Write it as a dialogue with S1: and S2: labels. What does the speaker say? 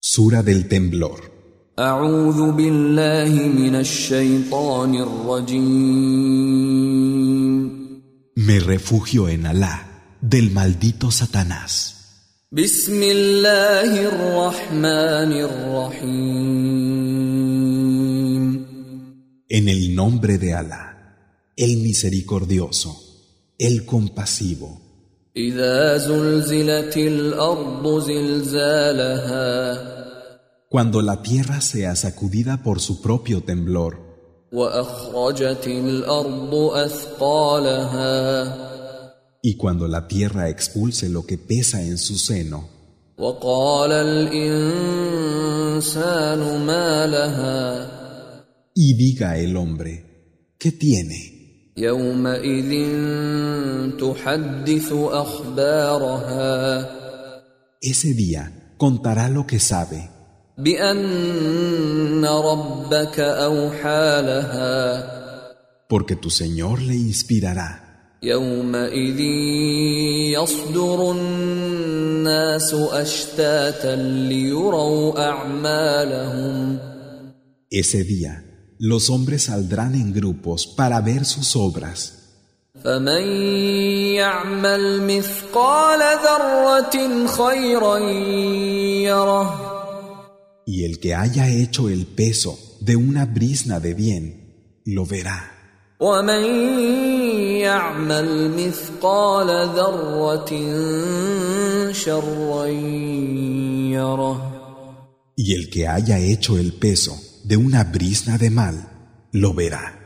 S1: Sura del temblor.
S2: أعوذ بالله من الشيطان الرجيم
S1: Me refugio en Alá, del maldito Satanás.
S2: بسم الله الرحمن الرحيم
S1: En el nombre de Alá, el misericordioso, el compasivo.
S2: إذا زلزلت الأرض زلزالها
S1: Cuando la tierra sea sacudida por su propio temblor,
S2: وأخرجت الأرض أثقالها
S1: y cuando la tierra expulse lo que pesa en su seno,
S2: وقال الإنسان ما لها
S1: y diga el hombre, ¿qué tiene?
S2: يومئذ تحدث أخبارها
S1: Ese día contará lo que sabe,
S2: بأن ربك أوحى لها
S1: porque tu Señor le inspirará.
S2: يومئذ يصدر الناس أشتاتا ليروا أعمالهم
S1: Ese día, los hombres saldrán en grupos para ver sus obras.
S2: فمن يعمل مثقال ذرة خيرا يره
S1: Y el que haya hecho el peso de una brisna de bien, lo verá.
S2: ومن يعمل مثقال ذرة شرا يره
S1: Y el que haya hecho el peso de una brisna de mal, lo verá.